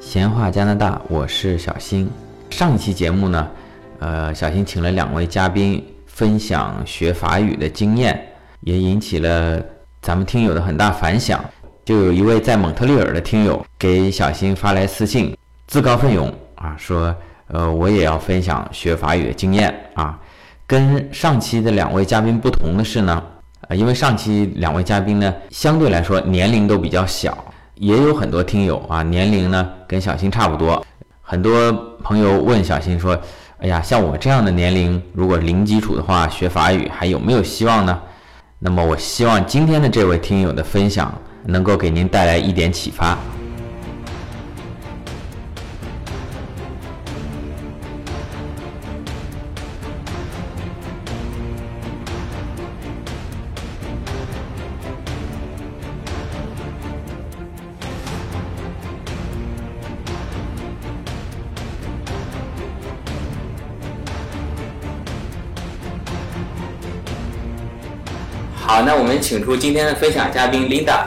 闲话加拿大，我是小新。上一期节目呢，呃，小新请了两位嘉宾分享学法语的经验，也引起了咱们听友的很大反响。就有一位在蒙特利尔的听友给小新发来私信，自告奋勇啊，说呃我也要分享学法语的经验啊。跟上期的两位嘉宾不同的是呢，呃，因为上期两位嘉宾呢相对来说年龄都比较小，也有很多听友啊年龄呢跟小新差不多，很多朋友问小新说：“哎呀，像我这样的年龄，如果零基础的话，学法语还有没有希望呢？”那么我希望今天的这位听友的分享能够给您带来一点启发。好，那我们请出今天的分享嘉宾 Linda。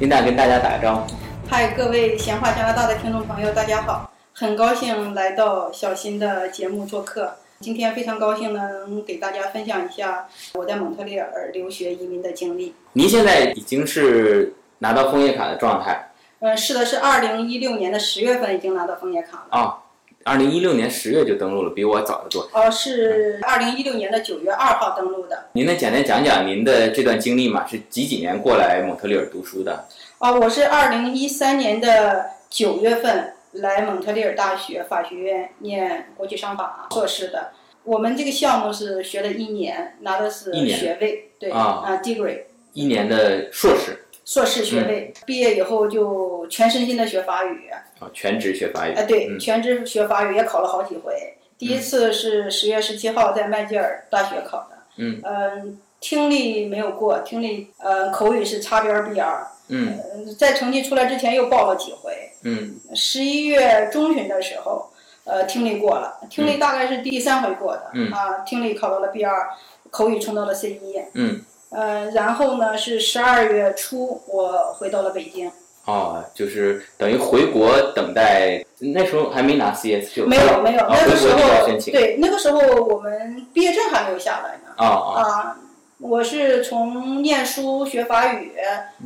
Linda 跟大家打个招呼。嗨，各位闲话加拿大的听众朋友，大家好！很高兴来到小新的节目做客。今天非常高兴能给大家分享一下我在蒙特利尔留学移民的经历。您现在已经是拿到枫叶卡的状态嗯，是的，是二零一六年的十月份已经拿到枫叶卡了。啊，二零一六年十月就登录了，比我早得多。哦，是二零一六年的九月二号登录的。您能简单讲讲您的这段经历吗？是几几年过来蒙特利尔读书的？哦，我是二零一三年的九月份来蒙特利尔大学法学院念国际商法硕士的。我们这个项目是学了一年，拿的是一年学位，对啊啊，degree。一年的硕士硕士学位，嗯毕业以后就全身心的学法语。哎、啊，全职学法语。对，嗯全职学法语也考了好几回。第一次是十月十七号在麦吉尔大学考的，呃嗯听力没有过，听力呃口语是擦边 B 二，嗯嗯，在成绩出来之前又报了几回。嗯十一月中旬的时候，呃，听力过了，听力大概是第三回过的，嗯啊，听力考到了 B 二，口语冲到了 C 一，嗯，呃，然后呢是十二月初我回到了北京。哦，就是等于回国等待，那时候还没拿 CS 就没有没有，啊那个时回国就要候申请对那个时候我们毕业证还没有下来呢。啊啊啊，我是从念书学法语，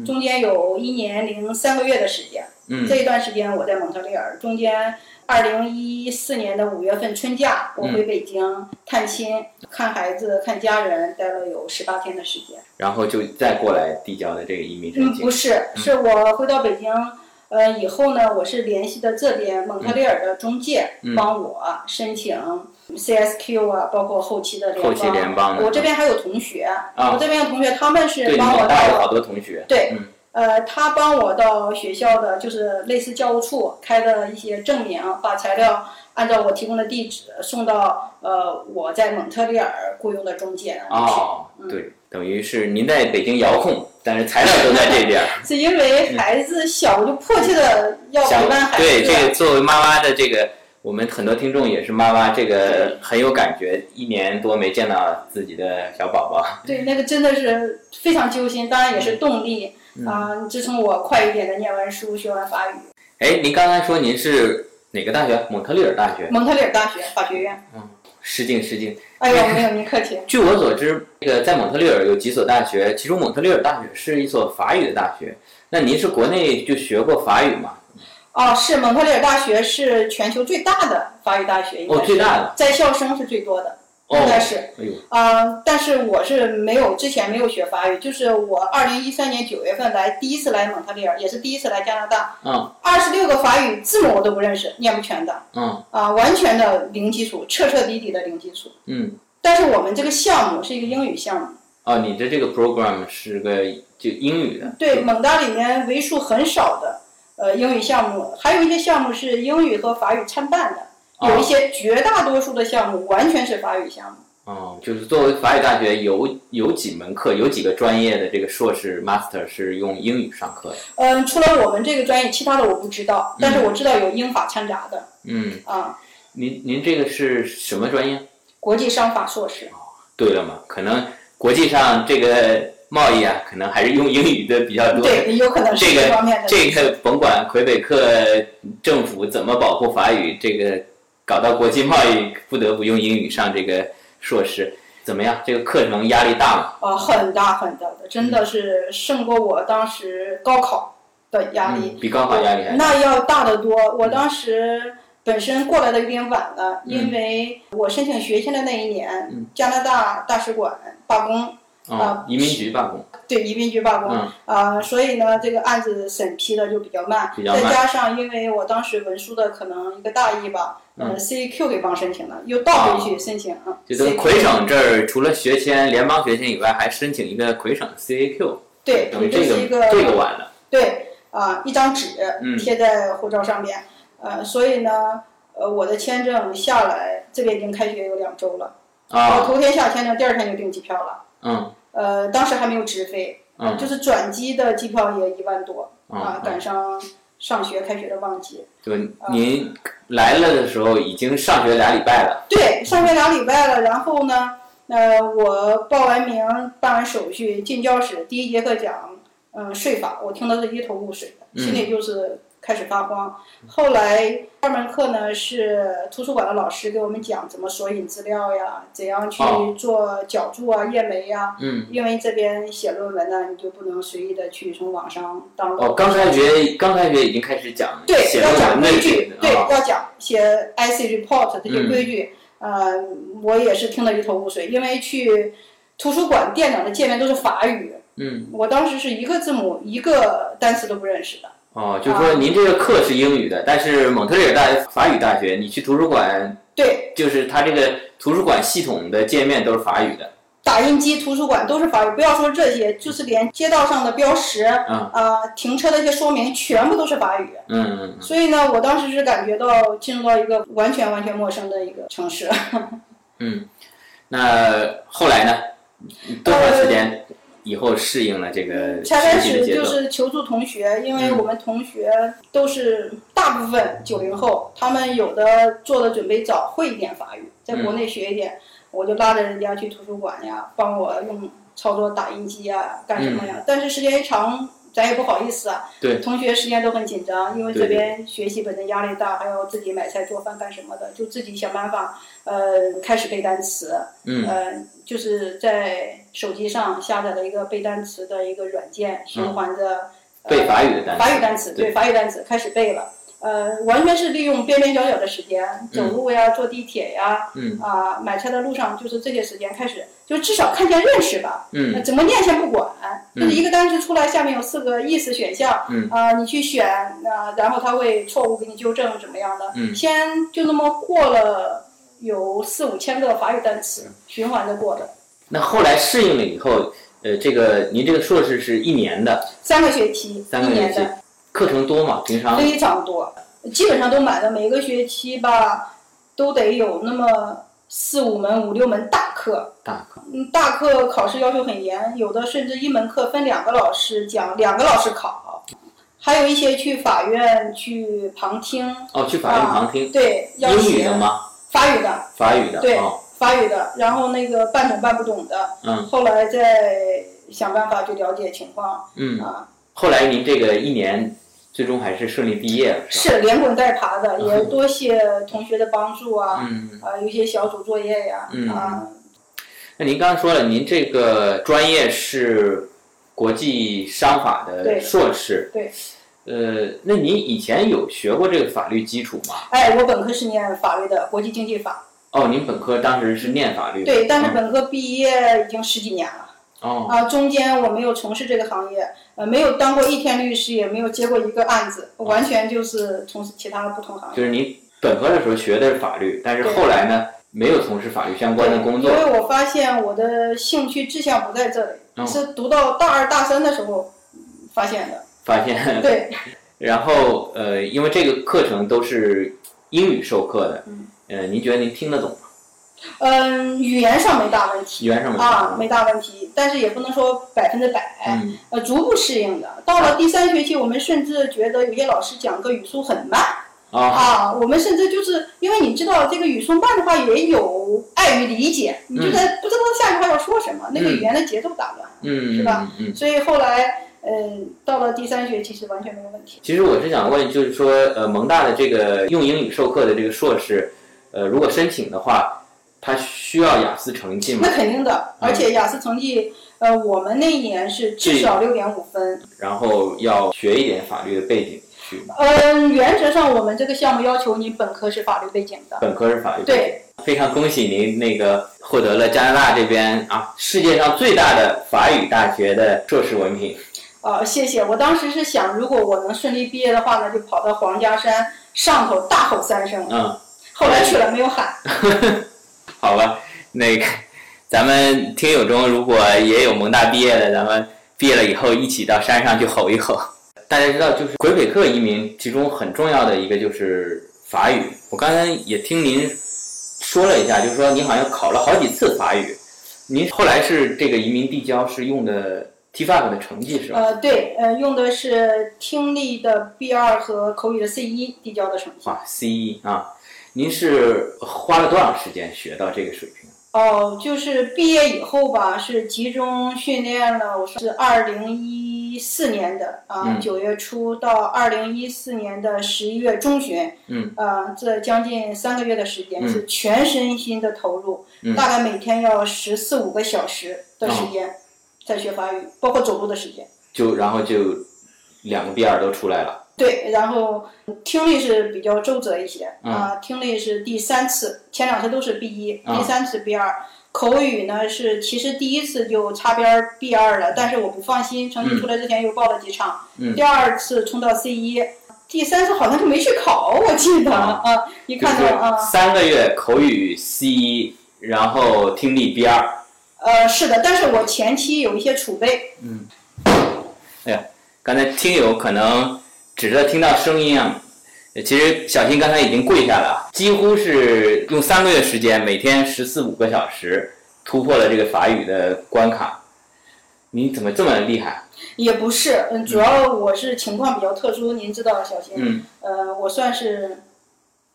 中间有一年零三个月的时间。嗯这一段时间我在蒙特利尔，中间二零一四年的五月份春假，嗯我回北京探亲，看孩子、看家人，待了有十八天的时间。然后就再过来递交的这个移民申嗯，请不。是，是我回到北京，呃，以后呢，我是联系的这边蒙特利尔的中介，嗯帮我申请 CSQ 啊，包括后期的联邦。后期联邦的我这边还有同学，啊我这边的同学他们对，是你帮我老大有到，好多同学。对嗯呃，他帮我到学校的就是类似教务处开的一些证明，把材料按照我提供的地址送到呃我在蒙特利尔雇佣的中介那里去。哦，嗯对，等于是您在北京遥控，但是材料都在这边。是因为孩子小，我就迫切的要想陪伴孩子。对这个作为妈妈的这个，我们很多听众也是妈妈，这个很有感觉。一年多没见到自己的小宝宝，对，那个真的是非常揪心，当然也是动力啊、嗯支撑我快一点的念完书、学完法语。哎，您刚才说您是哪个大学？蒙特利尔大学。蒙特利尔大学法学院，失敬失敬。哎呦，没有您客气。据我所知，这个在蒙特利尔有几所大学，其中蒙特利尔大学是一所法语的大学。那您是国内就学过法语吗？哦，是蒙特利尔大学是全球最大的法语大学，应该哦，是、最大的。在校生是最多的，哦应该是。哎呦，啊、但是我是没有之前没有学法语，就是我二零一三年九月份来第一次来蒙特利尔，也是第一次来加拿大，嗯二十六个法语字母我都不认识，念不全的嗯啊、完全的零基础，彻彻底底的零基础。嗯。但是我们这个项目是一个英语项目，哦，你的这个 program 是个就英语的。对蒙大里面为数很少的呃英语项目，还有一些项目是英语和法语参半的，哦有一些绝大多数的项目完全是法语项目。哦，就是作为法语大学有有几门课，有几个专业的这个硕士 master 是用英语上课的。嗯，除了我们这个专业，其他的我不知道，但是我知道有英法掺杂的嗯，啊、您您这个是什么专业？哦国际商法硕士。对了嘛，可能国际上这个贸易啊，可能还是用英语的比较多。对，有可能是这这个方面的。这个甭管魁北克政府怎么保护法语，这个搞到国际贸易不得不用英语上这个硕士，怎么样？这个课程压力大吗？呃，很大很大的，真嗯的是胜过我当时高考的压力。嗯、比高考压力还大。嗯那要大得多。我当时本身过来的有点晚了，因为我申请学校的那一年，嗯加拿大大使馆罢工，呃哦，移民局罢工，对移民局罢工，嗯啊、所以呢，这个案子审批的就比较慢，比较慢再加上因为我当时文书的可能一个大意吧，嗯哦呃，CQ 给帮申请了，又倒回去申请，啊就等于 CQ 魁省这儿除了学签、联邦学签以外，还申请一个魁省 CAQ，对，等于这这是一个这个晚了。对啊、一张纸嗯贴在护照上面，呃，所以呢，呃，我的签证下来，这边已经开学有两周了，我啊，头天下签证，第二天就订机票了，嗯呃，当时还没有直飞，嗯就是转机的机票也一万多啊嗯，，赶上上学开学的旺季。就您来了的时候已经上学俩礼拜了，对，上学俩礼拜了，然后呢，呃，我报完名、办完手续进教室，第一节课讲，嗯，税法，我听的是一头雾水嗯的，心里就是开始发慌。后来二门课呢是图书馆的老师给我们讲怎么索引资料呀，怎样去哦做脚注啊、页眉呀。嗯。因为这边写论文呢，你就不能随意的去从网上当。哦，刚开学，刚开学已经开始讲对，写要论讲文的规这矩个，对，啊嗯要讲写 IC report 这些规矩。呃，我也是听得一头雾水，因为去图书馆电脑的界面都是法语，嗯，我当时是一个字母一个单词都不认识的。哦，就是说您这个课是英语的，但是蒙特利尔大学法语大学，你去图书馆，对，就是它这个图书馆系统的界面都是法语的，打印机、图书馆都是法语，不要说这些，就是连街道上的标识，嗯呃，停车的一些说明，全部都是法语。嗯嗯，所以呢，我当时是感觉到进入到一个完全完全陌生的一个城市。那后来呢？多长时间以后适应了这个才开学习的嗯始节就奏？呃是求助同学，因为我们同学都是大部分九零后，他们有的做的准备早，会一点法语，在嗯国内学一点，我就拉着人家去图书馆呀，帮我用操作打印机呀，干什么呀？但是时间一长。咱也不好意思啊，嗯对同学时间都很紧张，因为这对对边学习本身压力大，还要自己买菜做饭干什么的，就自己想办法，呃，开始背单词，嗯呃，就是在手机上下载了一个背单词的一个软件，循环着、呃嗯背法语的单词法语单词，对对法语单词开始背了。呃，完全是利用边边角角的时间，走路呀、坐地铁呀，嗯啊、买菜的路上，就是这些时间开始，就至少看见认识吧。那嗯呃怎么念先不管，嗯就是一个单词出来，下面有四个意思选项，嗯啊、你去选，啊，然后他会错误给你纠正怎么样的，嗯先就那么过了有四五千个法语单嗯词，循环着过的，那后来适应了以后，呃，这个您这个硕士是一年的三个学期，三个一学年期啊的，课程多吗？平常非常多，基本上都满了，每个学期吧，都得有那么四五门、五六门大课，大课嗯，大课考试要求很严，有的甚至一门课分两个老师讲，两个老师考，还有一些去法院去旁听，哦，去法院旁听，对，啊要英语学的吗？法语的，法语的对哦，法语的，然后那个半懂半不懂的，嗯后来再想办法去了解情况嗯。啊，后来您这个一年最终还是顺利毕业了，是吧？是连滚带爬的，也多谢同学的帮助啊，嗯，啊，有一些小组作业呀，嗯啊，那您刚才说了，您这个专业是国际商法的对硕士，对呃，那您以前有学过这个法律基础吗？哎，我本科是念法律的，国际经济法，哦，您本科当时是念法律的，对，但是嗯本科毕业已经十几年了。哦，啊，中间我没有从事这个行业，呃，没有当过一天律师，也没有接过一个案子，完全就是从事其他的不同行业。就是您本科的时候学的是法律，但是对后来呢，没有从事法律相关的工因作，为我发现我的兴趣志向不在这里，嗯是读到大二大三的时候发现的。发现，对， 然后呃，因为这个课程都是英语授课的，嗯，呃，您觉得您听得懂吗？嗯，语言上没大问题。原上面啊，没大问题，但是也不能说百分之百，嗯，呃，逐步适应的。到了第三学期，我们甚至觉得有些老师讲课语速很慢，啊啊，我们甚至就是因为你知道这个语速慢的话，也有碍于理解，你就在不知道下一句话要说什么，那个语言的节奏打乱，嗯，是吧？嗯，嗯所以后来嗯，到了第三学期是完全没有问题。其实我是想问，就是说，呃，蒙大的这个用英语授课的这个硕士，呃，如果申请的话，它需要雅思成绩 吗那？肯定的，嗯而且雅思成绩，呃，我们那一年是至少六点五分。然后要学一点法律的背景去吗？嗯，原则上我们这个项目要求你本科是法律背景的。本科是法律背景。对，非常恭喜您那个获得了加拿大这边啊世界上最大的法语大学的硕士文凭。呃，谢谢。我当时是想，如果我能顺利毕业的话呢，就跑到黄家山上头大吼三声。嗯，后来去了没有喊。好吧，那个咱们听友中如果也有蒙大毕业的，咱们毕业了以后一起到山上去吼一吼。大家知道，就是魁北克移民其中很重要的一个就是法语。我刚才也听您说了一下，就是说您好像考了好几次法语，您后来是这个移民递交是用的 TFAP 的成绩是吧？呃，对，呃，用的是听力的 B 二和口语的 C 一递交的成绩。哇，C 一啊，您是花了多长时间学到这个水平？哦，就是毕业以后吧，是集中训练了，我是二零一四年的啊嗯九、9月初到二零一四年的十一月中旬，嗯，呃，这将近三个月的时间、嗯是全身心的投入，嗯哦大概每天要十四五个小时的时间在学法语，包括走路的时间。就然后就两个 B 二都出来了。对，然后听力是比较周折一些啊、嗯听力是第三次，前两次都是 B 一、嗯第三次 B 二。口语呢是其实第一次就擦边 B 二了，但是我不放心，成绩出来之前又报了几场，嗯第二次冲到 C 一，第三次好像是没去考，我记得啊啊、一就看是到啊、三个月口语 C 一，然后听力 B 二。呃，是的，但是我前期有一些储备，刚才听友可能只是听到声音啊，呃其实小新刚才已经跪下了，几乎是用三个月时间，每天十四五个小时突破了这个法语的关卡。你怎么这么厉害？也不是，嗯，主要我是情况比较特殊，您知道，小新，嗯，呃，我算是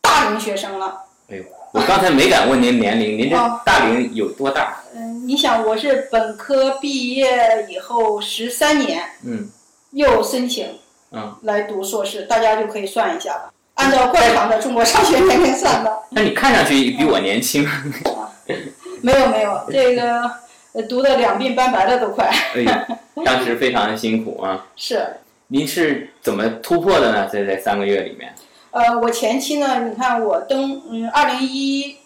大龄学生了。哎呦，我刚才没敢问您年龄，您这哦大龄有多大？嗯，你想我是本科毕业以后十三年嗯又申请嗯，来读硕士，大家就可以算一下吧，按照惯常的中国上学年龄算的。那你看上嗯去比我年 轻。没有没有，这个呃读的两鬓斑白了都快。哎呦，当时非常辛苦啊！是，您是怎么突破的呢？在这三个月里面？呃，我前期呢，你看我登嗯二零一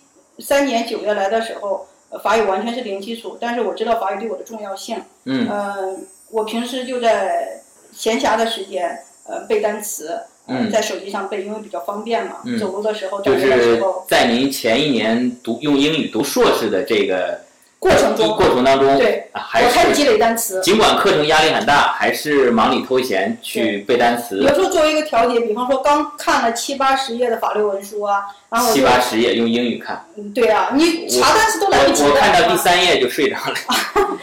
三年九月来的时候，呃法语完全是零基础，但是我知道法语对我的重要性。嗯呃，我平时就在闲暇的时间，呃，背单词，呃嗯在手机上背，因为比较方便嘛。嗯走路的时候，走就路的是时候，在您前一年读用英语读硕士的这个过程中过程当中，对啊，还我开始积是累单词。尽管课程压力很大，还是忙里偷闲去背单比词如，说作为一个调节，比方说刚看了七八十页的法律文书啊，然后我七就八十页用英语看，嗯对啊，你查单词都我来不及我看到第的。三页就睡着 了。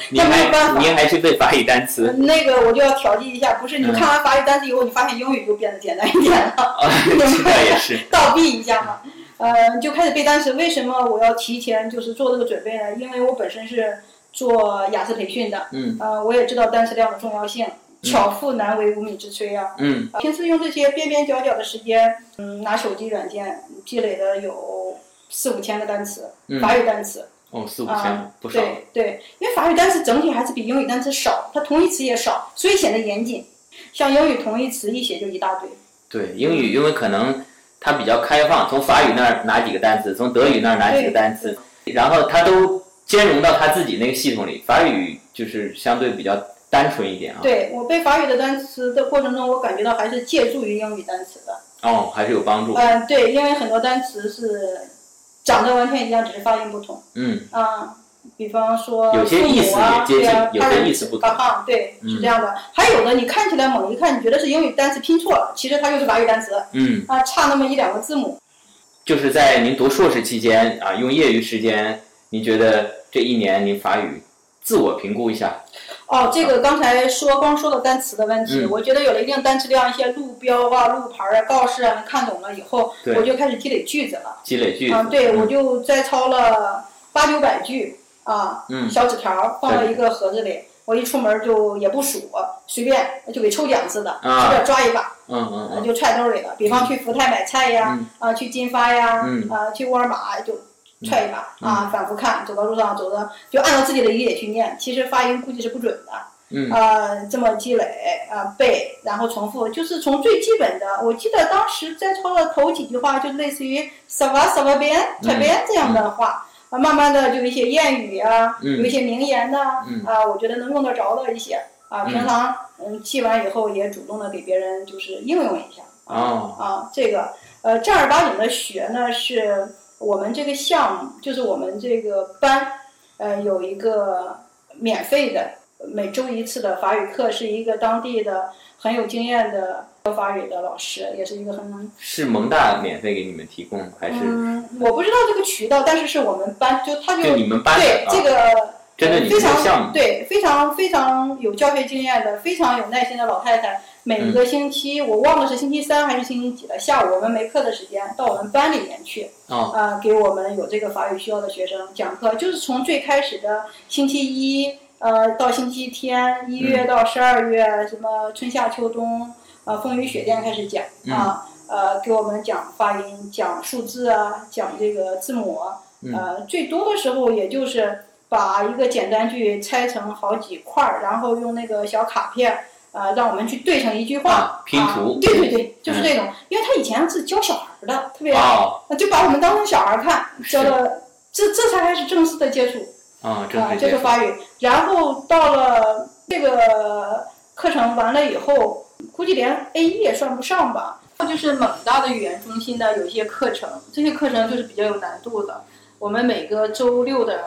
您那没有办还法您还去背法语单词？ 那个我就要调剂一下，不是你嗯看完法语单词以后，你发现英语就变得简单一点了，啊， 这个也是。倒逼一下嘛。呃，就开始背单词。为什么我要提前就是做这个准备呢？因为我本身是做雅思培训的，嗯呃，我也知道单词量的重要性，巧妇难为无米之炊啊。嗯平时用这些边边角角的时间，嗯，拿手机软件积累了有四五千个单词，嗯，法语单词，哦，四五千啊不少。对对，因为法语单词整体还是比英语单词少，它同义词也少，所以显得严谨。像英语同义词一写就一大堆，对英语，因为可能它比较开放，从法语那儿拿几个单词，从德语那儿拿几个单词，然后它都兼容到它自己那个系统里。法语就是相对比较单纯一点啊。对我背法语的单词的过程中，我感觉到还是借助于英语单词的。哦，还是有帮助。嗯、对，因为很多单词是长得完全一样，只是发音不同。嗯啊，比方说有些父母意思啊也接近对啊有些他人意思不同发胖，对，嗯是这样的。还有的你看起来猛一看，你觉得是英语单词拼错了，其实它就是法语单词嗯，啊，差那么一两个字母。就是在您读硕士期间啊，用业余时间，您觉得这一年您法语自我评估一下，哦，这个刚才说光说了单词的问题，嗯我觉得有了一定单词量，一些路标啊、路牌啊、告示啊，看懂了以后，对我就开始积累句子了。积累句啊，子，对，嗯我就摘抄了八九百句啊，嗯小纸条儿放到一个盒子里，我一出门就也不数，随便就给抽奖似的，啊随便抓一把，嗯嗯呃嗯，就揣兜里了。比方去福泰买菜呀，嗯啊，去金发呀，嗯啊，去沃尔玛就揣一把、啊，反复看，走到路上走到就按照自己的理解去念，其实发音估计是不准的。嗯呃，这么积累，呃，背，然后重复，就是从最基本的。我记得当时摘抄的头几句话，就类似于“什么什么边嗯这边”这样的话，啊，慢慢的就有一些谚语啊，嗯有一些名言呐、啊，嗯我觉得能用得着的一些啊，嗯平常嗯记完以后也主动的给别人就是应用一下哦，啊，这个呃正儿八经的学呢，是我们这个项目，就是我们这个班，呃有一个免费的每周一次的法语课，是一个当地的很有经验的法语的老师，也是一个很是蒙大免费给你们提供，还是嗯，我不知道这个渠道，但是是我们班就他就就你们班对的啊这？个。针对你非们的常项目，对，非常非常有教学经验的，非常有耐心的老太太，每嗯一个星期、我忘了是星期三还是星期几了，下午我们没课的时间，到我们班里面去，哦啊，给我们有这个法语需要的学生讲课，就是从最开始的星期一，呃，到星期天，嗯一月到十二月，什么春夏秋冬，呃，风雨雪天开始讲嗯啊。呃，给我们讲发音，讲数字啊，讲这个字母啊，嗯呃，最多的时候也就是把一个简单句拆成好几块儿，然后用那个小卡片，呃，让我们去对成一句话。啊拼图嗯啊对对对，就是这种。因为他以前是教小孩儿的，特别、哦就把我们当成小孩儿看，是教的这这才开始正式的接触啊，啊、真这个是法语。然后到了这个课程完了以后，估计连 A E 一也算不上吧。就是蒙大的语言中心的有一些课程，这些课程就是比较有难度的。我们每个周六的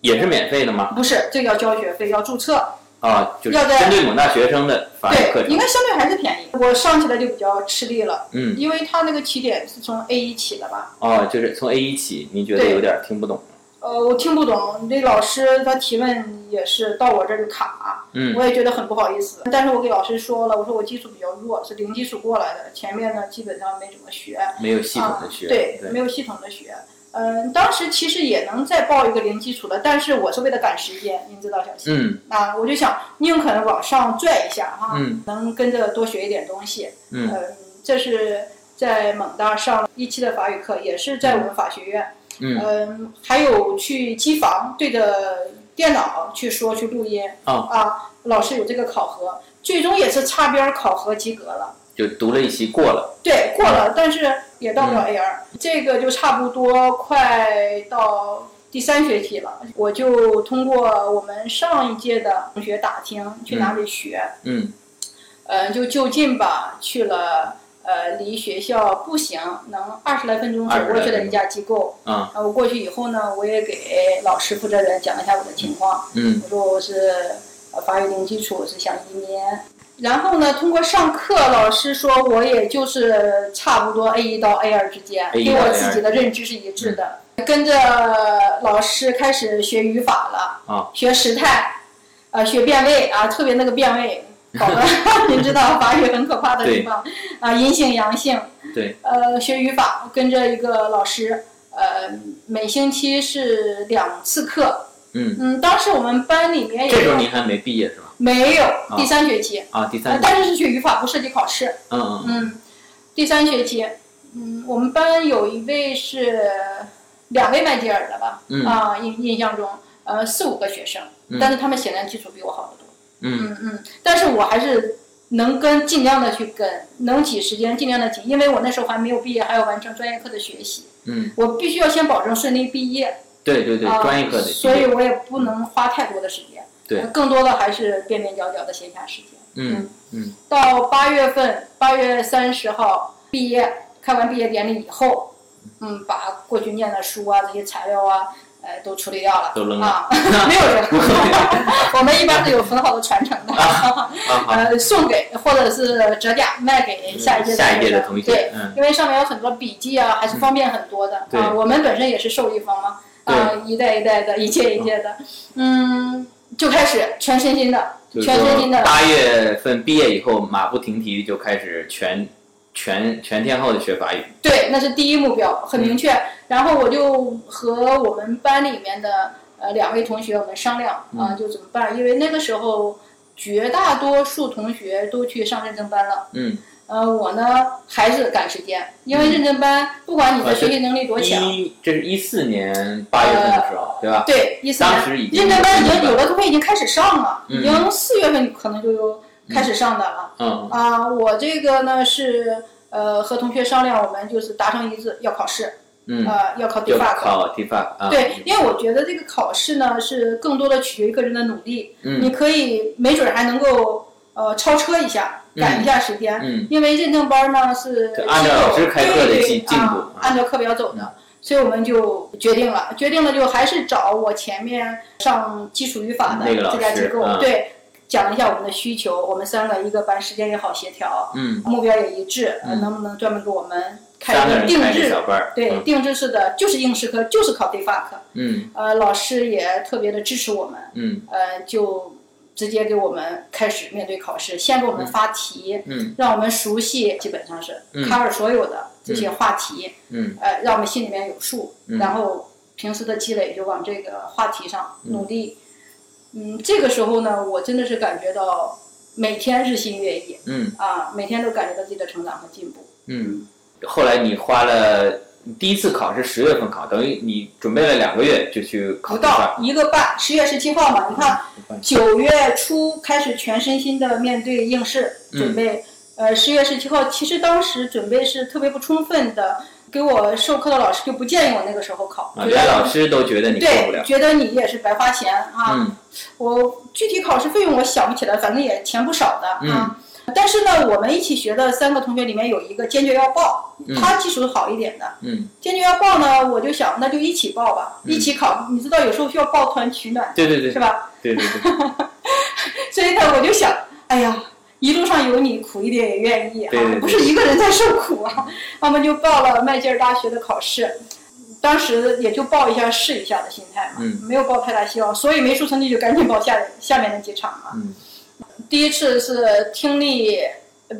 也是免费的吗？不是，这个要交学费，要注册。啊，就是要在针对蒙大学生的法律课对，程应，该相对还是便宜。我上起来就比较吃力了，嗯，因为它那个起点是从 A 一起的吧？哦，就是从 A 一起，你觉得对有点听不懂，呃，我听不懂，那老师他提问也是到我这儿就卡，嗯我也觉得很不好意思。但是我给老师说了，我说我基础比较弱，是零基础过来的，前面呢基本上没怎么学。没有系统的学，啊、对，对，没有系统的学。嗯，当时其实也能再报一个零基础的，但是我是为了赶时间，您知道小新。嗯啊，我就想宁肯往上拽一下哈，嗯能跟着多学一点东西。呃嗯这是在蒙大上了一期的法语课，也是在我们法学院。嗯嗯，还有去机房对着电脑去说去录音。哦啊，老师有这个考核，最终也是擦边儿考核及格了。就读了一期过了，对，过嗯了，但是也到不了 A 二、这个就差不多快到第三学期了。我就通过我们上一届的同学打听去哪里学，嗯呃，就就近吧，去了呃离学校步行能二十来分钟走过去的一家机构。啊啊，我过去以后呢，我也给老师负责人讲了一下我的情况。嗯我说我是呃法语零基础，是想移民。然后呢，通过上课，老师说我也就是差不多 A 一到 A 二之间，嗯 A1 跟我自己的认知是一致的。跟着老师开始学语法了，啊学时态，呃，学变位啊，特别那个变位， 搞得您知道法语很可怕的地方啊，阴性阳性。对。呃，学语法，跟着一个老师，呃，每星期是两次课，嗯，嗯，当时我们班里面这时候有您还没毕业是吧？没有第三学期，啊，第呃三年，但是是学语法，不涉及考试。嗯嗯嗯，第三学期，嗯，我们班有一位是两位麦吉尔的吧？嗯啊，印印象中，呃，四五个学生，嗯但是他们显然基础比我好得多。嗯嗯嗯，但是我还是能跟尽量的去跟，能挤时间尽量的挤，因为我那时候还没有毕业，还要完成专业课的学习，嗯，我必须要先保证顺利毕业。对对对，啊，专业课得所以我也不能花太多的时间，对更多的还是边边角角的闲暇时间。 嗯嗯到八月份，八月三十号毕业，开完毕业典礼以后，嗯，把过去念的书啊、这些材料啊，呃，都处理掉了，都扔了啊， 没有 人，我们一般是有很好的传承的，啊好，呃，送给或者是折价卖给下一届的嗯下一届的同同学，学对，嗯因为上面有很多笔记啊，还是方便很多的、对啊。我们本身也是受益方嘛，啊，一代一代的，一届一届的，嗯，就开始全身心的就是全身心地说八月份毕业以后，马不停蹄就开始全全全天候的学法语。对，那是第一目标，嗯很明确。然后我就和我们班里面的呃两位同学，我们商量嗯啊、就怎么办？因为那个时候绝大多数同学都去上认证班了。嗯。呃，我呢还是赶时间，因为认证班不管你啊的是学习能力多强，一这是一四年八月份的时候，对吧？对，一四当年时已经认证班已经有的同学已经开始上了，嗯已经四月份可能就开始上的了。嗯啊，我这个呢是呃和同学商量，我们就是达成一致要考试，嗯，呃要考 d 就 f a 考 T 法啊，对，因为我觉得这个考试呢是更多的取决于个人的努力，嗯你可以没准儿还能够呃超车一下，赶一下时间，嗯，因为认证班呢是就按照老师开课的对进进度啊啊按照课表走的，所以我们就决定了，决定了就还是找我前面上基础语法的那个老这家师机构，啊对，讲一下我们的需求，我们三个一个班时间也好协调，嗯，目标也一致，呃嗯能不能专门给我们开三一个个人定开个制？小班儿，对，定制式的就是应试课，就是考 DFAC，嗯呃，老师也特别的支持我们，嗯呃，就直接给我们开始面对考试，先给我们发题，嗯让我们熟悉，基本上是嗯 cover 所有的这些话题，嗯呃，让我们心里面有数，嗯然后平时的积累就往这个话题上努力。嗯，这个时候呢，我真的是感觉到每天日新月异嗯啊，每天都感觉到自己的成长和进步。嗯。后来你花了第一次考是十月份考，等于你准备了两个月就去考不 T 法啊到，一个半，十月十七号嘛，你嗯看九月初开始全身心的面对应试嗯准备，呃，十月十七号，其实当时准备是特别不充分的，给我授课的老师就不建议我那个时候考，啊，觉连老得师都觉得你过不对，了。觉得你也是白花钱啊。嗯我具体考试费用我想不起来，反正也钱不少的嗯啊。但是呢，我们一起学的三个同学里面有一个坚决要报，嗯他基础好一点的，嗯，坚决要报呢，我就想那就一起报吧，嗯一起考。你知道有时候需要抱团取暖，对对对是吧？对对对所以呢，我就想，哎呀，一路上有你，苦一点也愿意啊，对对对不是一个人在受苦啊。 那么就报了麦吉尔大学的考试，当时也就报一下试一下的心态嘛，嗯没有抱太大希望，所以没出成绩就赶紧报下下面的几场嘛。 嗯第一次是听力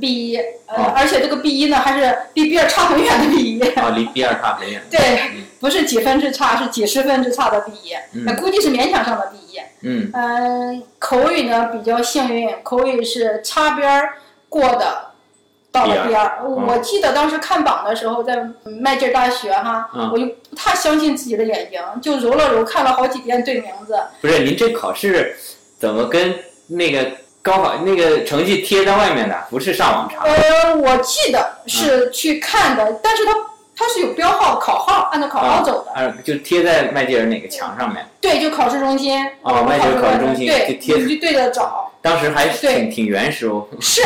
B 一，呃，哦而且这个 B 一呢，还是比 B 二差很远的 B 一。啊，离第二差很远。对，不是几分之差，是几十分之差的 B 一、嗯那估计是勉强上的 B 一。嗯嗯，口语呢比较幸运，口语是擦边儿过的，到了第哦第二。我记得当时看榜的时候，在麦吉尔大学哈，嗯我就不太相信自己的眼睛，就揉了揉，看了好几遍对名字。不是，您这考试怎么跟那个高考那个成绩贴在外面的？不是上网查的？呃，我记得是去看的，但是它它是有标号、考号，按照考号走的。啊，就贴在麦吉尔哪个墙上面？对，就考试中心。哦我们麦吉尔考试中心对，就贴着你就对着找。当时还挺对挺原始哦。是，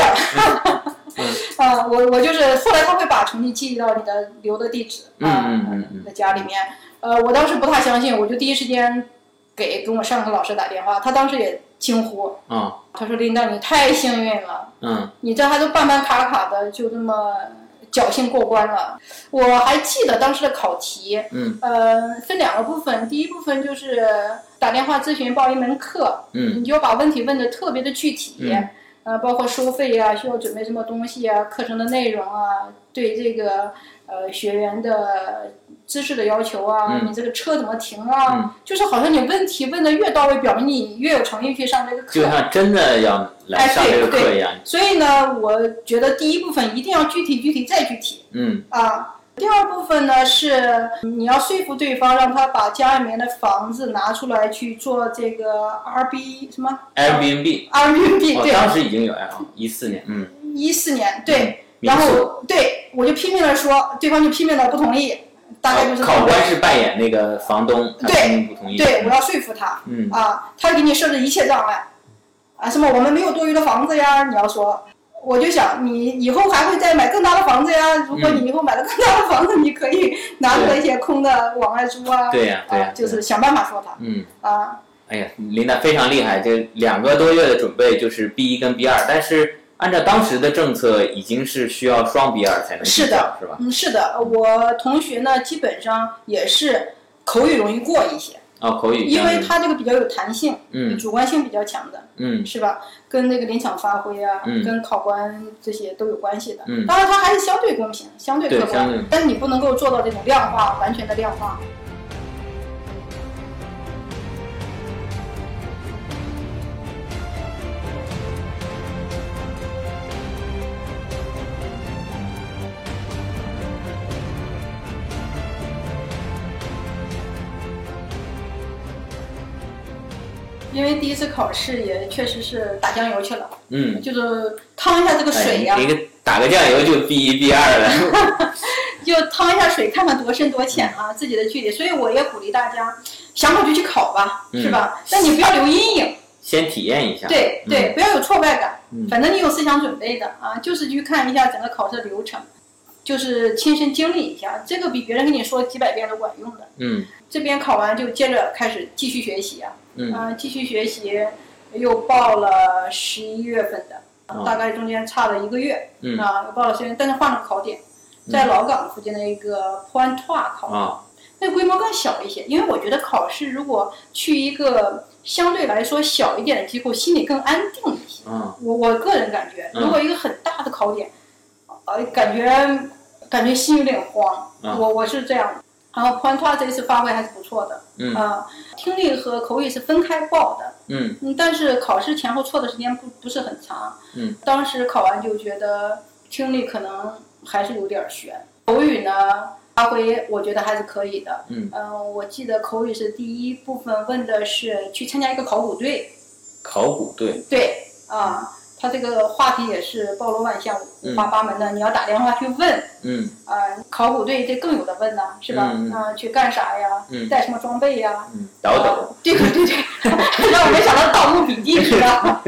嗯 呃，我我就是后来他会把成绩寄到你的留的地址，嗯啊嗯嗯嗯在家里面，呃，我当时不太相信，我就第一时间给跟我上课老师打电话，他当时也惊呼，嗯他说琳达你太幸运了，嗯你这还都半半卡卡的就这么侥幸过关了。我还记得当时的考题，嗯呃，分两个部分，第一部分就是打电话咨询报一门课，嗯你就要把问题问的特别的具体，嗯呃，包括收费啊，需要准备什么东西啊，课程的内容啊，对这个呃学员的知识的要求啊，嗯你这个车怎么停啊，嗯就是好像你问题问的越到位，表明你越有诚意去上这个课，啊就像真的要来哎上这对个课对一样。所以呢，我觉得第一部分一定要具体、具体再具体，嗯啊。第二部分呢是你要说服对方，让他把家里面的房子拿出来去做这个 R B 什么，Airbnb，我哦 Airbnb，、当哎对，时已经有 L 一四年，嗯，一四年对，民然后宿我对我就拼命的说，对方就拼命的不同意，大概就是考官是扮演那个房东，他对肯定不同意。对我要说服他嗯啊，他给你设置一切障碍啊，什么我们没有多余的房子呀，你要说。我就想，你以后还会再买更大的房子呀？如果嗯你以后买了更大的房子，你 可以拿出来一些空的往外租啊。对呀对呀啊，就是想办法说嗯，他啊，哎呀，琳达非常厉害，这两个多月的准备就是 B 一跟 B 二，但是按照当时的政策，已经是需要双 B 二才能是进校的，是吧？嗯，是的，我同学呢，基本上也是口语容易过一些，啊，口语因教育为它这个比较有弹性，嗯主观性比较强的，嗯是吧？跟那个临场发挥啊，嗯跟考官这些都有关系的。嗯当然，它还是相对公平、相 对对客相对观，但你不能够做到这种量化、完全的量化。因为第一次考试也确实是打酱油去了，嗯，就是趟一下这个水呀、哎，一个打个酱油就 B 一 B 二了， 就趟一下水，看看多深多浅啊，自己的距离。所以我也鼓励大家，想考就去考吧，嗯是吧？但你不要留阴影，先体验一下。对嗯对，不要有挫败感嗯。反正你有思想准备的啊，就是去看一下整个考试流程，就是亲身经历一下，这个比别人跟你说几百遍都管用的。嗯这边考完就接着开始继续学习啊，嗯啊继续学习，又报了十一月份的，哦大概中间差了一个月，嗯啊，又报了十一月，但是换了考点，在嗯老港附近的一个 p o n t a 考点，啊那规模更小一些，因为我觉得考试如果去一个相对来说小一点的机构，心里更安定一些。啊我我个人感觉，嗯如果一个很大的考点，呃，感觉感觉心有点慌，嗯我我是这样的。然后 p o n t a 这次发挥还是不错的，嗯啊、听力和口语是分开报的，嗯嗯，但是考试前后错的时间不不是很长。嗯，当时考完就觉得听力可能还是有点悬，口语呢发挥我觉得还是可以的。呃嗯我记得口语是第一部分问的是去参加一个考古队，考古队对啊，他这个话题也是包罗万象、嗯五花八门的，你要打电话去问。嗯啊，考古队这更有的问呐、是吧？嗯嗯啊，去干啥呀？嗯带什么装备呀？嗯倒斗啊这个对对， 让我们想到《盗墓笔记》似的。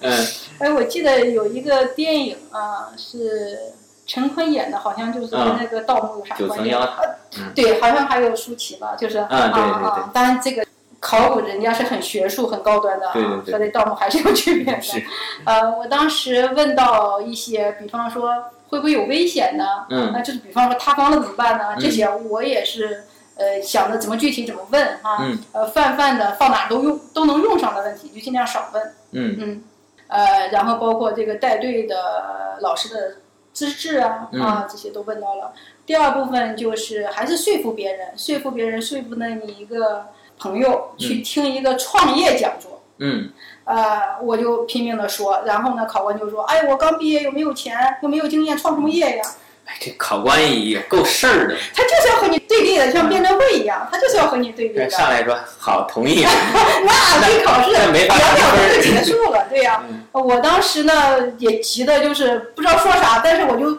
嗯哎，我记得有一个电影啊，是陈坤演的，好像就是跟那个盗墓有啥啊九关层系？妖塔嗯对，好像还有舒淇吧，就是啊对对对啊！当然，这个考古人家是很学术、很高端的啊，对对对和这盗墓还是有区别的。是 呃，我当时问到一些，比方说会不会有危险呢？嗯那就是比方说塌方了怎么办呢？嗯这些我也是。呃，想的怎么具体怎么问哈、嗯呃，泛泛的放哪儿都用都能用上的问题，就尽量少问。嗯嗯，呃，然后包括这个带队的老师的资质啊、嗯啊这些都问到了。第二部分就是还是说服别人，说服别人，说服了你一个朋友去听一个创业讲座。嗯呃，我就拼命的说，然后呢，考官就说：“哎，我刚毕业，又没有钱，又没有经验，创什么业呀哎这考官也够事儿的，？”他就是要和你对立的，像辩证会一样，他就是要和你对立的。哎上来说好同 意，那这考试那没法聊评两分 分儿就结束了，对呀、呃嗯我当时呢也急的，就是不知道说啥，但是我就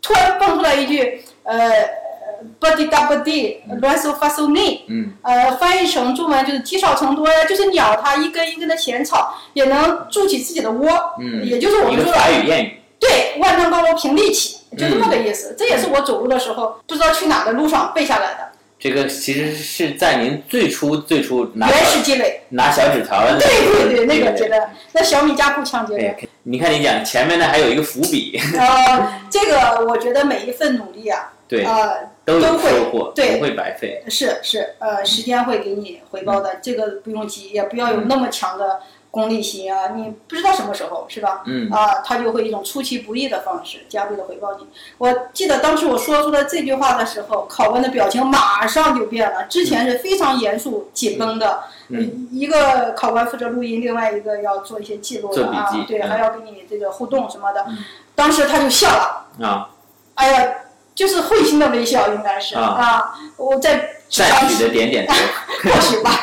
突然蹦出来一句，呃，body da body r a s o f a s o ne，嗯呃，翻译成中文就是积少成多呀，就是鸟它一根一根的闲草也能筑起自己的窝，嗯，也就是我一们个说的法语嗯谚语，对，万丈高楼平地起，就这么个意思。这也是我走路的时候不知道去哪的路上背下来的这个其实是在您最初最初拿原始积累。拿小纸条的 对对对，那个对觉得那小米加步枪觉得。对，你看你讲前面的还有一个伏笔，呃，这个我觉得每一份努力啊，对，呃，都有都会收获，对不会白费，是是，呃，时间会给你回报嗯的，这个不用急，也不要有那么强的功利心啊，你不知道什么时候是吧？嗯啊、他就会一种出其不意的方式加倍的回报你。我记得当时我说出了这句话的时候，考官的表情马上就变了，之前是非常严肃紧绷的，嗯一个考官负责录音，另外一个要做一些记录的啊做笔，记对，嗯还要给你这个互动什么的。嗯当时他就笑了。啊，哎呀，就是会心的微笑，应该是啊我在纸赞上许的点点 头，或许吧，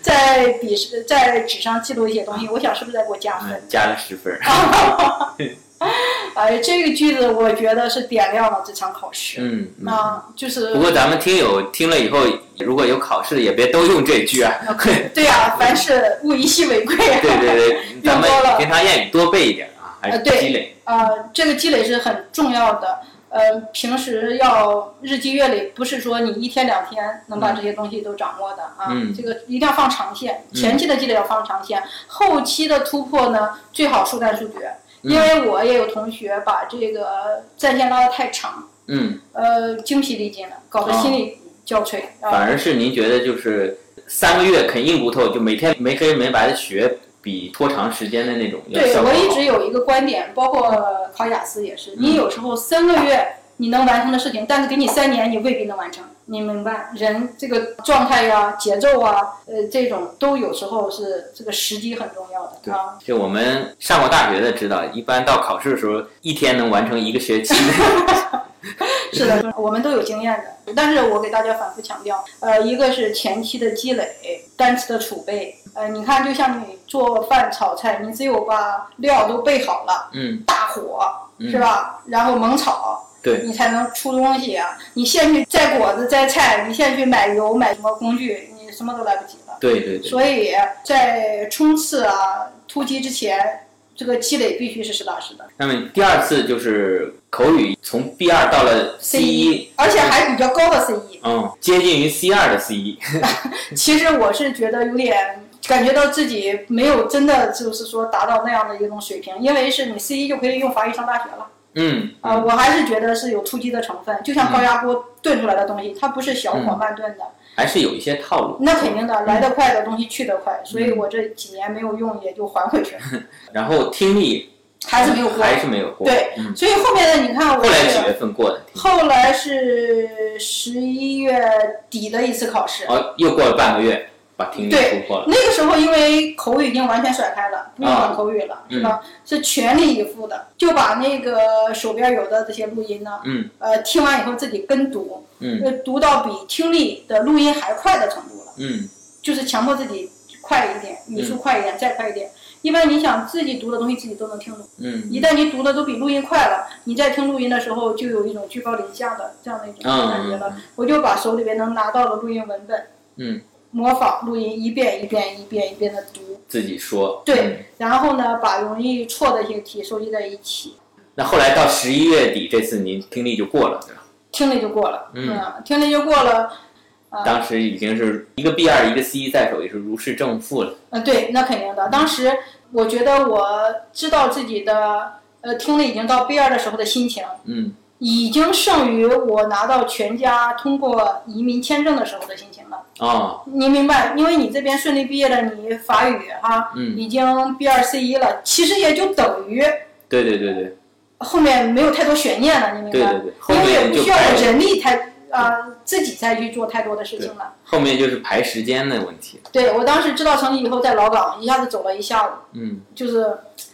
在笔在纸上记录一些东西，我想是不是在给我加分？嗯，加了十分儿，啊哎，这个句子我觉得是点亮了这场考试。嗯嗯。啊，就是不过咱们听友听了以后，如果有考试的也别都用这句 啊。对对呀、凡事勿以稀为贵。对对，咱们用多了平常谚语多背一点啊，还是呃对积累。 呃，这个积累是很重要的。呃，平时要日积月累，不是说你一天两天能把这些东西都掌握的啊。嗯这个一定要放长线，嗯前期的积累要放长线，后期的突破呢，最好速战速决。嗯因为我也有同学把这个战线拉得太长，嗯呃，精疲力尽了，搞得心里交瘁哦啊。反而是您觉得就是三个月啃硬骨头，就每天没黑没白的学，比拖长时间的那种要对效果我好。嗯一直有一个观点，包括考雅思也是，你有时候三个月你能完成的事情，但是给你三年你未必能完成，你明白？人这个状态呀、节奏啊，呃，这种都有时候是这个时机很重要的啊。就我们上过大学的知道，一般到考试的时候，一天能完成一个学 期。是嗯的，我们都有经验的。但是我给大家反复强调，呃，一个是前期的积累，单词的储备。呃，你看，就像你做饭炒菜，你只有把料都备好了，嗯，大火嗯是吧？然后猛炒，对你才能出东西啊。你现去摘果子、摘菜，你现去买油、买什么工具，你什么都来不及了。对对对，所以在冲刺啊、突击之前，这个积累必须是实打实的。那么第二次就是口语从 B 二到了 C 一，而且还比较高的 C 一。嗯，接近于 C 二的 C 一。其实我是觉得有点感觉到自己没有真的就是说达到那样的一种水平，因为是你 C 一就可以用法语上大学了嗯，啊、我还是觉得是有突击的成分，就像高压锅炖出来的东西，它不是小嗯火慢炖的，还是有一些套路。那肯定的，来得嗯快的东西去得快，所以我这几年没有用也就还回去了，然后听力还是没有过。还是没有过。对，嗯，所以后面的你看我后来几是月份过的？后来是十一月底的一次考试，哦，又过了半个月，把听力对突破了。啊那个时候因为口语已经完全甩开了，不用管口语了，是吧？嗯是全力以赴的，就把那个手边有的这些录音呢，嗯呃，听完以后自己跟读，嗯呃，读到比听力的录音还快的程度了，嗯就是强迫自己快一点，语速快一点，再快一点。一般你想自己读的东西自己都能听懂，嗯一旦你读的都比录音快了，你在听录音的时候就有一种居高临下的这样的一种感觉了。嗯我就把手里边能拿到的录音文本，嗯，模仿录音一遍一遍一遍一遍的读，自己说。嗯。对，然后呢，把容易错的一些题收集在一起，那后来到十一月底，这次您听力就过了，对吧？听力就过了，嗯听力就过了，啊当时已经是一个 B 二，一个 C 一在手，也是如释重负了。嗯，对，那肯定的。当时我觉得我知道自己的呃听力已经到 B 二的时候的心情，嗯已经胜于我拿到全家通过移民签证的时候的心情了。哦，你明白，因为你这边顺利毕业了，你法语哈，嗯已经 B 二 C 一了，其实也就等于对对对对后面没有太多悬念了，你明对白？对对，后因为也面不就需要排人力太呃自己再去做太多的事情了。后面就是排时间的问题。对我当时知道成绩以后，在老港一下子走了一下午，嗯，就是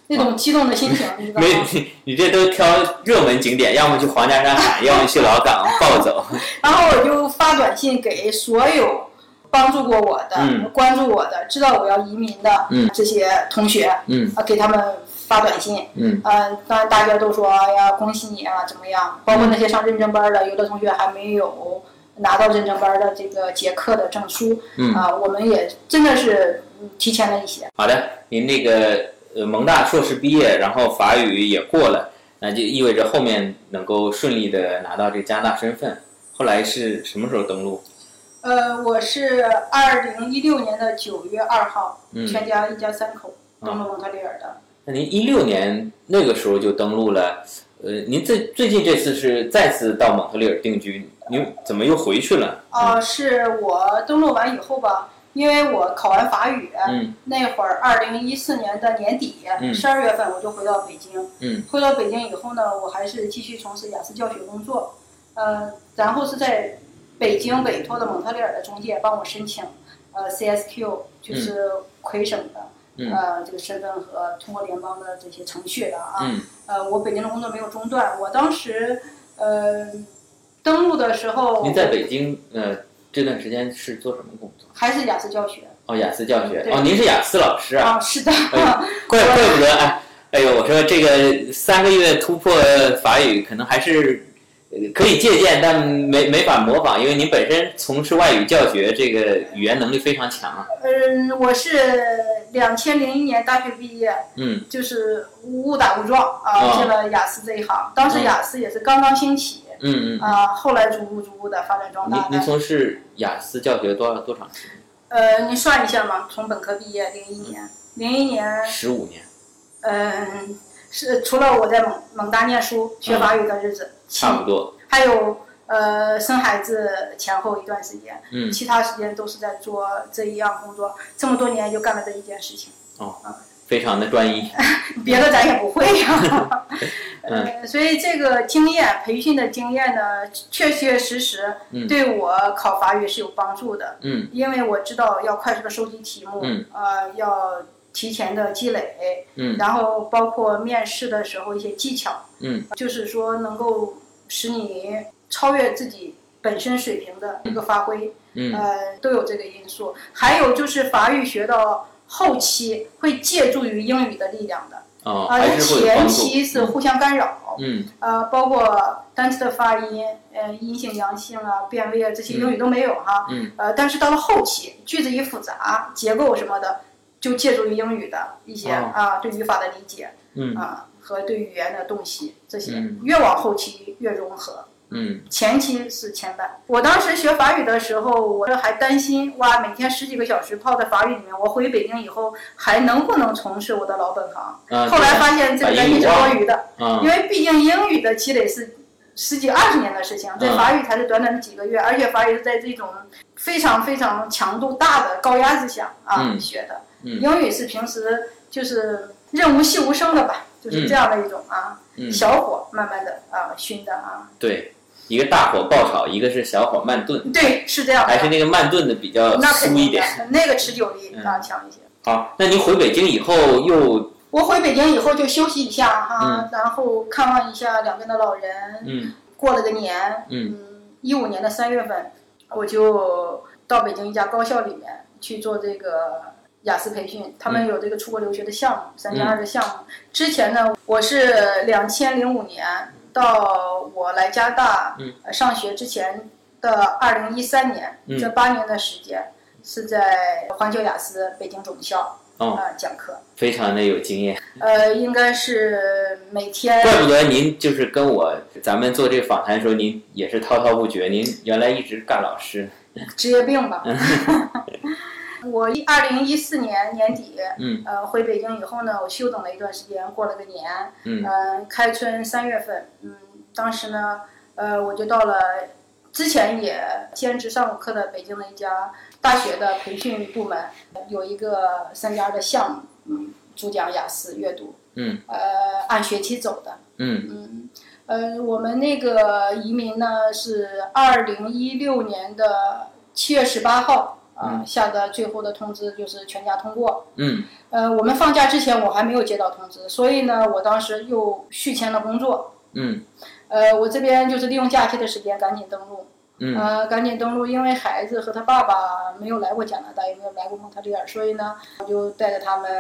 那种激动的心情，你知道啊没吗？你你这都挑热门景点，要么去黄家山 海，要么去老港暴走。然后我就发短信给所有帮助过我的、嗯关注我的、知道我要移民的嗯这些同学啊、嗯给他们发短信。嗯呃，当然大家都说，哎呀，恭喜你啊，怎么样？包括那些上认证班的，有的同学还没有拿到认证班的这个结课的证书嗯，啊、我们也真的是嗯提前了一些。好的，您这个呃蒙大硕士毕业，然后法语也过了，那就意味着后面能够顺利的拿到这加拿大身份。后来是什么时候登陆？呃，我是二零一六年的九月二号，嗯，全家一家三口啊登陆蒙特利尔的。那您一六年那个时候就登陆了，呃，您最最近这次是再次到蒙特利尔定居，您怎么又回去了？啊、是我登陆完以后吧，因为我考完法语，嗯那会儿二零一四年的年底嗯，十二月份我就回到北京。嗯，回到北京以后呢，我还是继续从事雅思教学工作，呃，然后是在北京委托的蒙特利尔的中介帮我申请，呃，CSQ 就是魁省的。嗯呃，这个身份和通过联邦的这些程序的啊，嗯呃，我北京的工作没有中断。我当时，呃，登录的时候，您在北京呃这段时间是做什么工作？还是雅思教学哦，雅思教学对哦，您是雅思老师啊？啊，是的，哎 怪怪不得哎，哎呦，我说这个三个月突破法语，可能还是呃可以借鉴，但没没法模仿，因为您本身从事外语教学，这个语言能力非常强啊。嗯，我是两千零一年大学毕业，嗯就是误打误撞啊啊进了雅思这一行。当时雅思也是刚刚兴起嗯嗯，啊，后来逐步逐步的发展壮您大您的。从事雅思教学多少多长时间？呃，您算一下嘛，从本科毕业零一年，零一年，十五年，嗯，啊是除了我在蒙蒙大念书学法语的日子，差不多。还有呃生孩子前后一段时间，嗯其他时间都是在做这一样工作，这么多年就干了这一件事情，非常的专 一。别的咱也不会呀、嗯 呃，所以这个经验培训的经验呢，确确实实嗯对我考法语是有帮助的，嗯因为我知道要快速的收集题目，嗯呃，要提前的积累，嗯然后包括面试的时候一些技巧，嗯就是说能够使你超越自己本身水平的一个发挥，嗯呃，都有这个因素。还有就是法语学到后期会借助于英语的力量的，哦，啊、还是会有前帮期是助。互相干扰，嗯呃，包括单词的发音，呃，阴性、阳性啊、变位啊这些英语都没有哈。嗯。呃，但是到了后期，句子一复杂，结构什么的，就借助于英语的一些、哦啊对语法的理解嗯啊、和对语言的洞悉，这些、嗯越往后期越融合。嗯前期是前半，我当时学法语的时候，我还担心哇，每天十几个小时泡在法语里面，我回北京以后还能不能从事我的老本行？啊，后来发现这个把英语一直忘多了余的。啊因为毕竟英语的积累是十几二十年的事情，在嗯法语才是短短的几个月，而且法语是在这种非常非常强度大的高压之下啊、嗯学的。嗯英语是平时就是润无细无声的吧，就是这样的一种啊、嗯，小火慢慢的啊熏的啊，对，一个大火爆炒，一个是小火慢炖，对，是这样还是的。那个慢炖的比较那肯酥一定点。的，那个持久力嗯啊强一些。好，那您回北京以后又我回北京以后就休息一下哈嗯，然后看望一下两边的老人，嗯过了个年，嗯嗯，一五年的三月份，我就到北京一家高校里面去做这个雅思培训，他们有这个出国留学的项目，三加二的项目。之前呢，我是两千零五年到我来加拿大、嗯呃上学之前的二零一三年，嗯这八年的时间是在环球雅思北京总校啊、哦呃讲课，非常的有经验，呃，应该是每天怪不得您就是跟我咱们做这个访谈的时候，您也是滔滔不绝，您原来一直干老师，职业病吧。 我一二零一四年年底，嗯呃，回北京以后呢，我休整了一段时间，过了个年，嗯呃开春三月份，嗯，当时呢，呃，我就到了之前也兼职上过课的北京的一家大学的培训部门，有一个三加二的项目，嗯，主讲雅思阅读，嗯，呃，按学期走的，嗯嗯，呃，我们那个移民呢是二零一六年的七月十八号啊、嗯下的最后的通知，就是全家通过。嗯呃，我们放假之前我还没有接到通知，所以呢，我当时又续签了工作。嗯呃，我这边就是利用假期的时间赶紧登录，嗯呃，赶紧登录，因为孩子和他爸爸没有来过加拿大，也没有来过蒙特利尔，所以呢，我就带着他们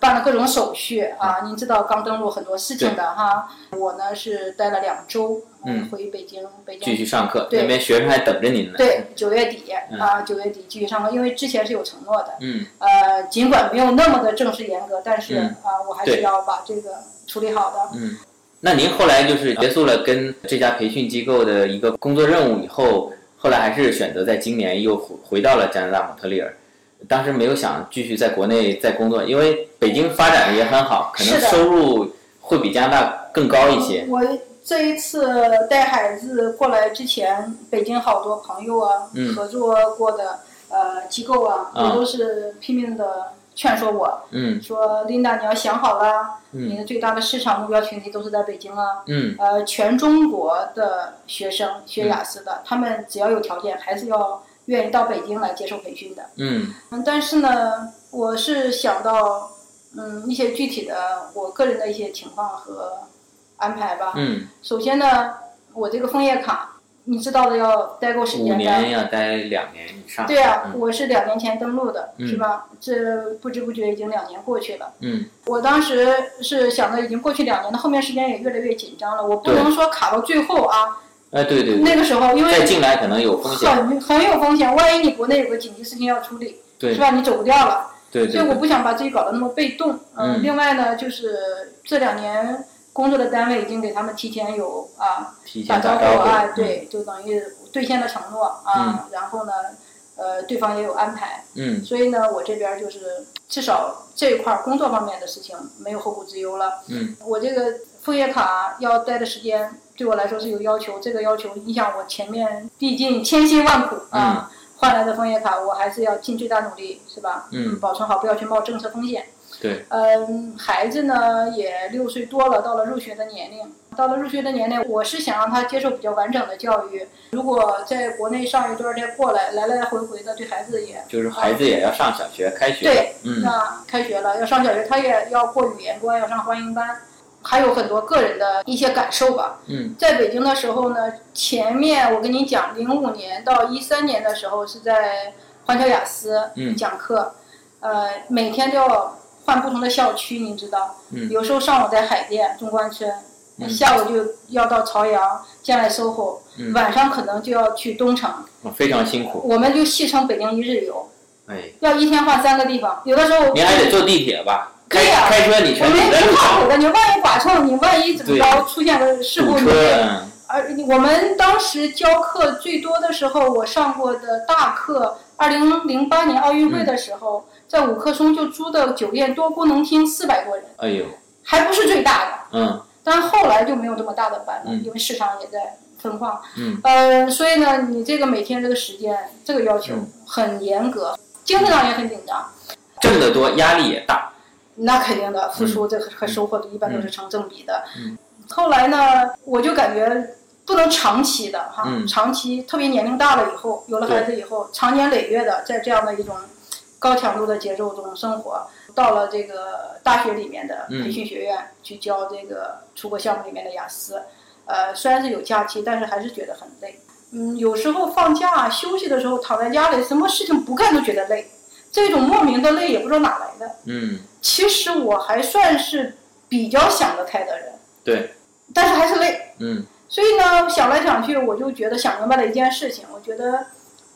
办了各种手续啊。您知道刚登录很多事情的哈，我呢是待了两周，嗯回北京，北继续京。上课，对那边学生还等着您呢，对，九月底嗯啊，九月底继续上课，因为之前是有承诺的，嗯呃，尽管没有那么的正式严格，但是嗯啊，我还对是要把这个处理好的。嗯。那您后来就是结束了跟这家培训机构的一个工作任务以后，后来还是选择在今年又回回到了加拿大蒙特利尔。当时没有想继续在国内再工作，因为北京发展的也很好，可能是的收入会比加拿大更高一些。呃我这一次带孩子过来之前，北京好多朋友啊，嗯合作过的呃机构啊，啊也都是拼命的劝说我嗯说：“Linda，你要想好啦，嗯你的最大的市场目标群体都是在北京啊。嗯呃，全中国的学生学雅思的，他们只要有条件，还是要愿意到北京来接受培训的。嗯嗯，但是呢，我是想到，嗯，一些具体的我个人的一些情况和安排吧。嗯，首先呢，我这个枫叶卡，你知道的要代购时五间年的。要待两年以上。对啊，嗯我是两年前登录的，嗯是吧？这不知不觉已经两年过去了。嗯我当时是想着已经过去两年了，后面时间也越来越紧张了，我不对能说卡到最后啊。哎，对对对，那个时候因为再进来可能有风险。很很有风险，万一你国内有个紧急事情要处理，对是吧？你走不掉了。对对所以我对，不想把自己搞得那么被动。呃嗯另外呢，就是这两年工作的单位已经给他们提前有啊提前打打招招呼。啊嗯，对，就等于兑现了承诺啊。然后呢，呃，对方也有安排，嗯所以呢，我这边就是至少这一块儿工作方面的事情没有后顾之忧了。嗯我这个枫叶卡要待的时间对我来说是有要求，这个要求影响我前面，毕竟千辛万苦啊、换来的枫叶卡，我还是要尽最大努力，是吧？嗯，保存好，不要去冒政策风险。对，嗯，孩子呢也六岁多了，到了入学的年龄，到了入学的年龄，我是想让他接受比较完整的教育。如果在国内上一段再过来，来来回回的，对孩子也就是孩子也要上小学，开学，对，嗯，那开学了，要上小学，他也要过语言关，要上欢迎班，还有很多个人的一些感受吧。嗯，在北京的时候呢，前面我跟你讲，零五年到一三年的时候是在环球雅思嗯讲课，呃，每天都要换不同的校区，你知道，嗯有时候上午在海淀中关村，嗯下午就要到朝阳，将来 SOHO，、嗯晚上可能就要去东城，啊非常辛苦，我们就戏称北京一日游，哎，要一天换三个地方，有的时候您还得坐地铁吧？开对呀开车你我全们堵也在挺路靠上谱，的，你万一剐蹭，你万一怎么着出现个事堵故，你车，嗯而我们当时教课最多的时候，我上过的大课，二零零八年奥运会的时候，嗯在五棵松就租的酒店多功能厅四百多人，哎呦，还不是最大的，嗯但后来就没有这么大的版了，嗯因为市场也在分化。嗯，呃，所以呢，你这个每天这个时间这个要求嗯很严格，精神上也很紧张。挣得多压力也大，那肯定的，付出这和和收获的一般都是成正比的。嗯后来呢，我就感觉不能长期的哈，嗯长期特别年龄大了以后，有了孩子以后，长年累月的在这样的一种高强度的节奏中生活。到了这个大学里面的嗯培训学院、去教这个出国项目里面的雅思，呃，虽然是有假期，但是还是觉得很累。嗯，有时候放假休息的时候，躺在家里，什么事情不干都觉得累，这种莫名的累也不知道哪来的。嗯，其实我还算是比较想得开的人，对，但是还是累。嗯所以呢，想来想去，我就觉得想明白了一件事情，我觉得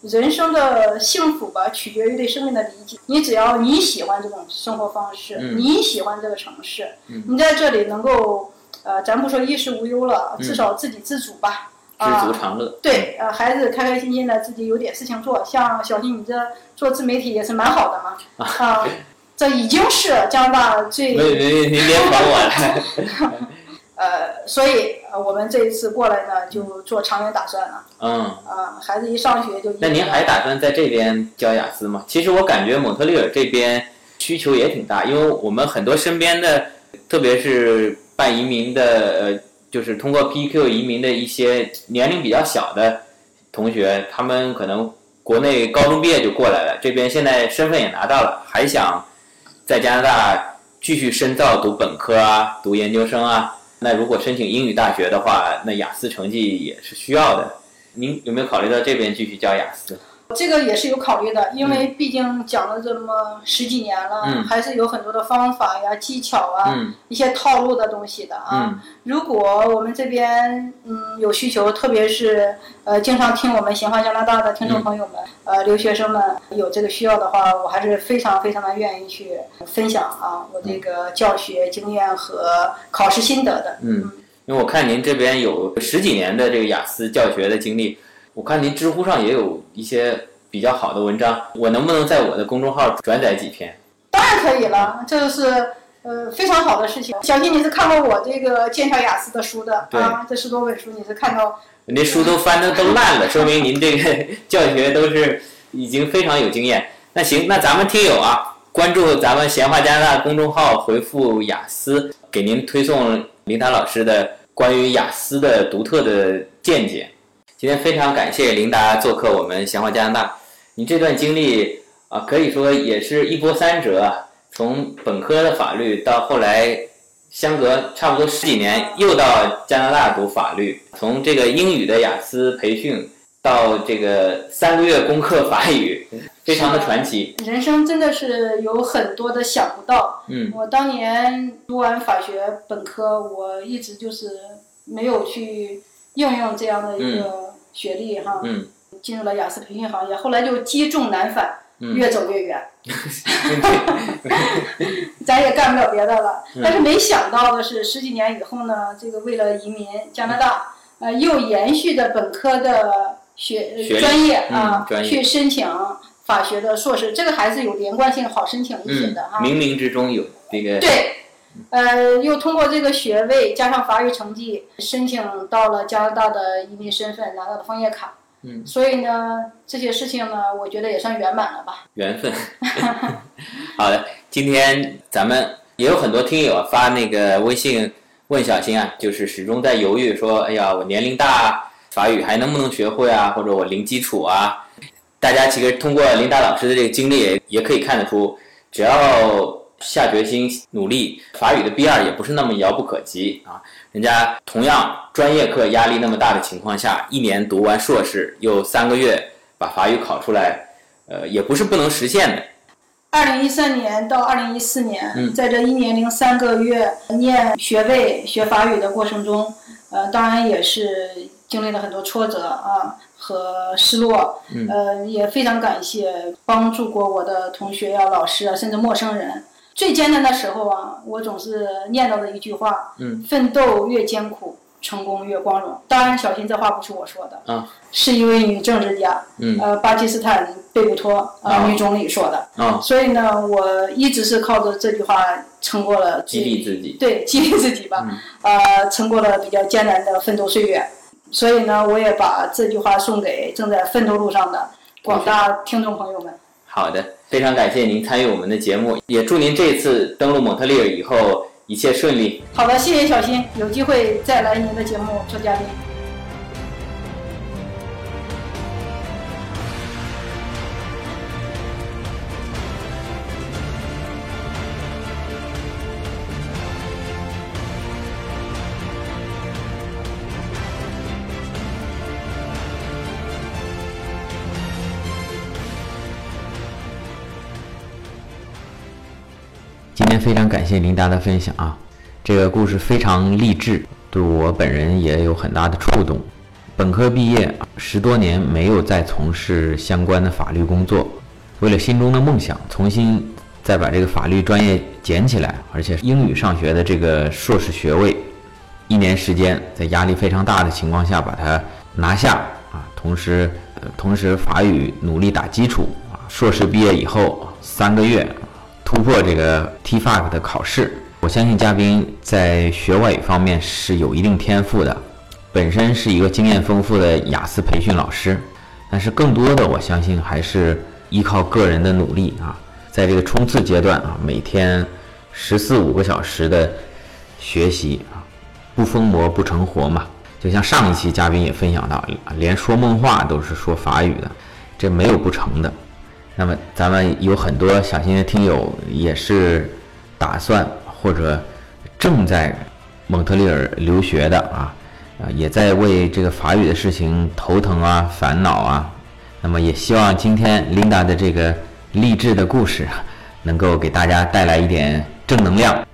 人生的呃幸福吧，取决于对生命的理解。你只要你喜欢这种生活方式，嗯你喜欢这个城市，嗯你在这里能够，呃，咱不说衣食无忧了，嗯至少自给自足吧。知啊。足常乐，对，呃，孩子开开心心的，自己有点事情做。像小新，你这做自媒体也是蛮好的嘛，啊、这已经是加拿大没最没您别管我 了，呃，所以呃，我们这一次过来呢，就做长远打算了。嗯。啊、孩子一上学就一那您还打算在这边教雅思吗？其实我感觉蒙特利尔这边需求也挺大，因为我们很多身边的，特别是办移民的，呃，就是通过 PQ 移民的一些年龄比较小的同学，他们可能国内高中毕业就过来了，这边现在身份也拿到了，还想在加拿大继续深造读本科啊，读研究生啊。那如果申请英语大学的话，那雅思成绩也是需要的。您有没有考虑到这边继续教雅思？这个也是有考虑的，因为毕竟讲了这么十几年了，嗯还是有很多的方法呀、技巧啊、嗯一些套路的东西的啊。嗯如果我们这边嗯有需求，特别是呃经常听我们闲话加拿大的听众朋友们，嗯呃留学生们有这个需要的话，我还是非常非常的愿意去分享啊我这个教学经验和考试心得的。嗯，因为我看您这边有十几年的这个雅思教学的经历，我看您知乎上也有一些比较好的文章，我能不能在我的公众号转载几篇？当然可以了，这就是呃非常好的事情。小新，你是看过我这个剑桥雅思的书的对啊？这十多本书你是看到您这书都翻的都烂了，说明您这个 教学都是已经非常有经验。那行，那咱们听友啊，关注咱们闲话加拿大公众号，回复雅思，给您推送林达老师的关于雅思的独特的见解。今天非常感谢琳达做客我们闲话加拿大，你这段经历啊，可以说也是一波三折啊，从本科的法律到后来相隔差不多十几年，又到加拿大读法律，从这个英语的雅思培训到这个三个月攻克法语，非常的传奇。人生真的是有很多的想不到。嗯我当年读完法学本科，我一直就是没有去应用这样的一个学历哈，嗯进入了雅思培训行业，后来就积重难返，嗯越走 越远，咱也干不了别的了。嗯但是没想到的是，十几年以后呢，这个为了移民加拿大，呃，又延续着本科的学嗯呃学历专业嗯啊、专业去申请法学的硕士，这个还是有连贯性，好申请一些嗯的哈。，冥冥之中有这个对，呃，又通过这个学位加上法语成绩，申请到了加拿大的移民身份，拿到了枫叶卡。嗯，所以呢，这些事情呢，我觉得也算圆满了吧。缘分。 好的，今天咱们也有很多听友啊发那个微信问小新啊，就是始终在犹豫说，哎呀，我年龄大，法语还能不能学会啊？或者我零基础啊？大家其实通过林达老师的这个经历也也可以看得出，只要下决心努力，法语的 B 二也不是那么遥不可及啊。人家同样专业课压力那么大的情况下，一年读完硕士又三个月把法语考出来，呃，也不是不能实现的。二零一三年到二零一四年，嗯在这一年零三个月念学位学法语的过程中，呃，当然也是经历了很多挫折啊和失落，嗯呃，也非常感谢帮助过我的同学呀、老师啊，甚至陌生人。最艰难的时候啊，我总是念叨的一句话：嗯，奋斗越艰苦，成功越光荣。当然，小心这话不是我说的，啊，是一位女政治家，嗯呃，巴基斯坦贝布托啊、啊女总理说的。啊，所以呢，我一直是靠着这句话撑过了激励嗯自己。对激励自己吧，呃，撑过了比较艰难的奋斗岁月。所以呢，我也把这句话送给正在奋斗路上的广大听众朋友们。好的，非常感谢您参与我们的节目，也祝您这次登陆蒙特利尔以后一切顺利。好的，谢谢小新，有机会再来您的节目做嘉宾。今天非常感谢琳达的分享啊，这个故事非常励志，对我本人也有很大的触动。本科毕业十多年，没有再从事相关的法律工作，为了心中的梦想，重新再把这个法律专业捡起来，而且英语上学的这个硕士学位，一年时间，在压力非常大的情况下把它拿下啊。同时，呃同时法语努力打基础啊。硕士毕业以后三个月突破这个 TFAC 的考试，我相信嘉宾在学外语方面是有一定天赋的，本身是一个经验丰富的雅思培训老师，但是更多的我相信还是依靠个人的努力啊，在这个冲刺阶段啊，每天十四五个小时的学习啊，不疯魔不成活嘛。就像上一期嘉宾也分享到，连说梦话都是说法语的，这没有不成的。那么咱们有很多小心的听友也是打算或者正在蒙特利尔留学的啊，啊，也在为这个法语的事情头疼啊、烦恼啊。那么也希望今天琳达的这个励志的故事啊，能够给大家带来一点正能量。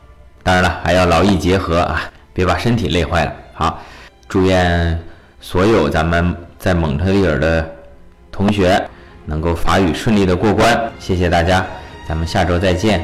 当然了，还要劳逸结合啊，别把身体累坏了。好，祝愿所有咱们在蒙特利尔的同学能够法语顺利的过关。谢谢大家，咱们下周再见。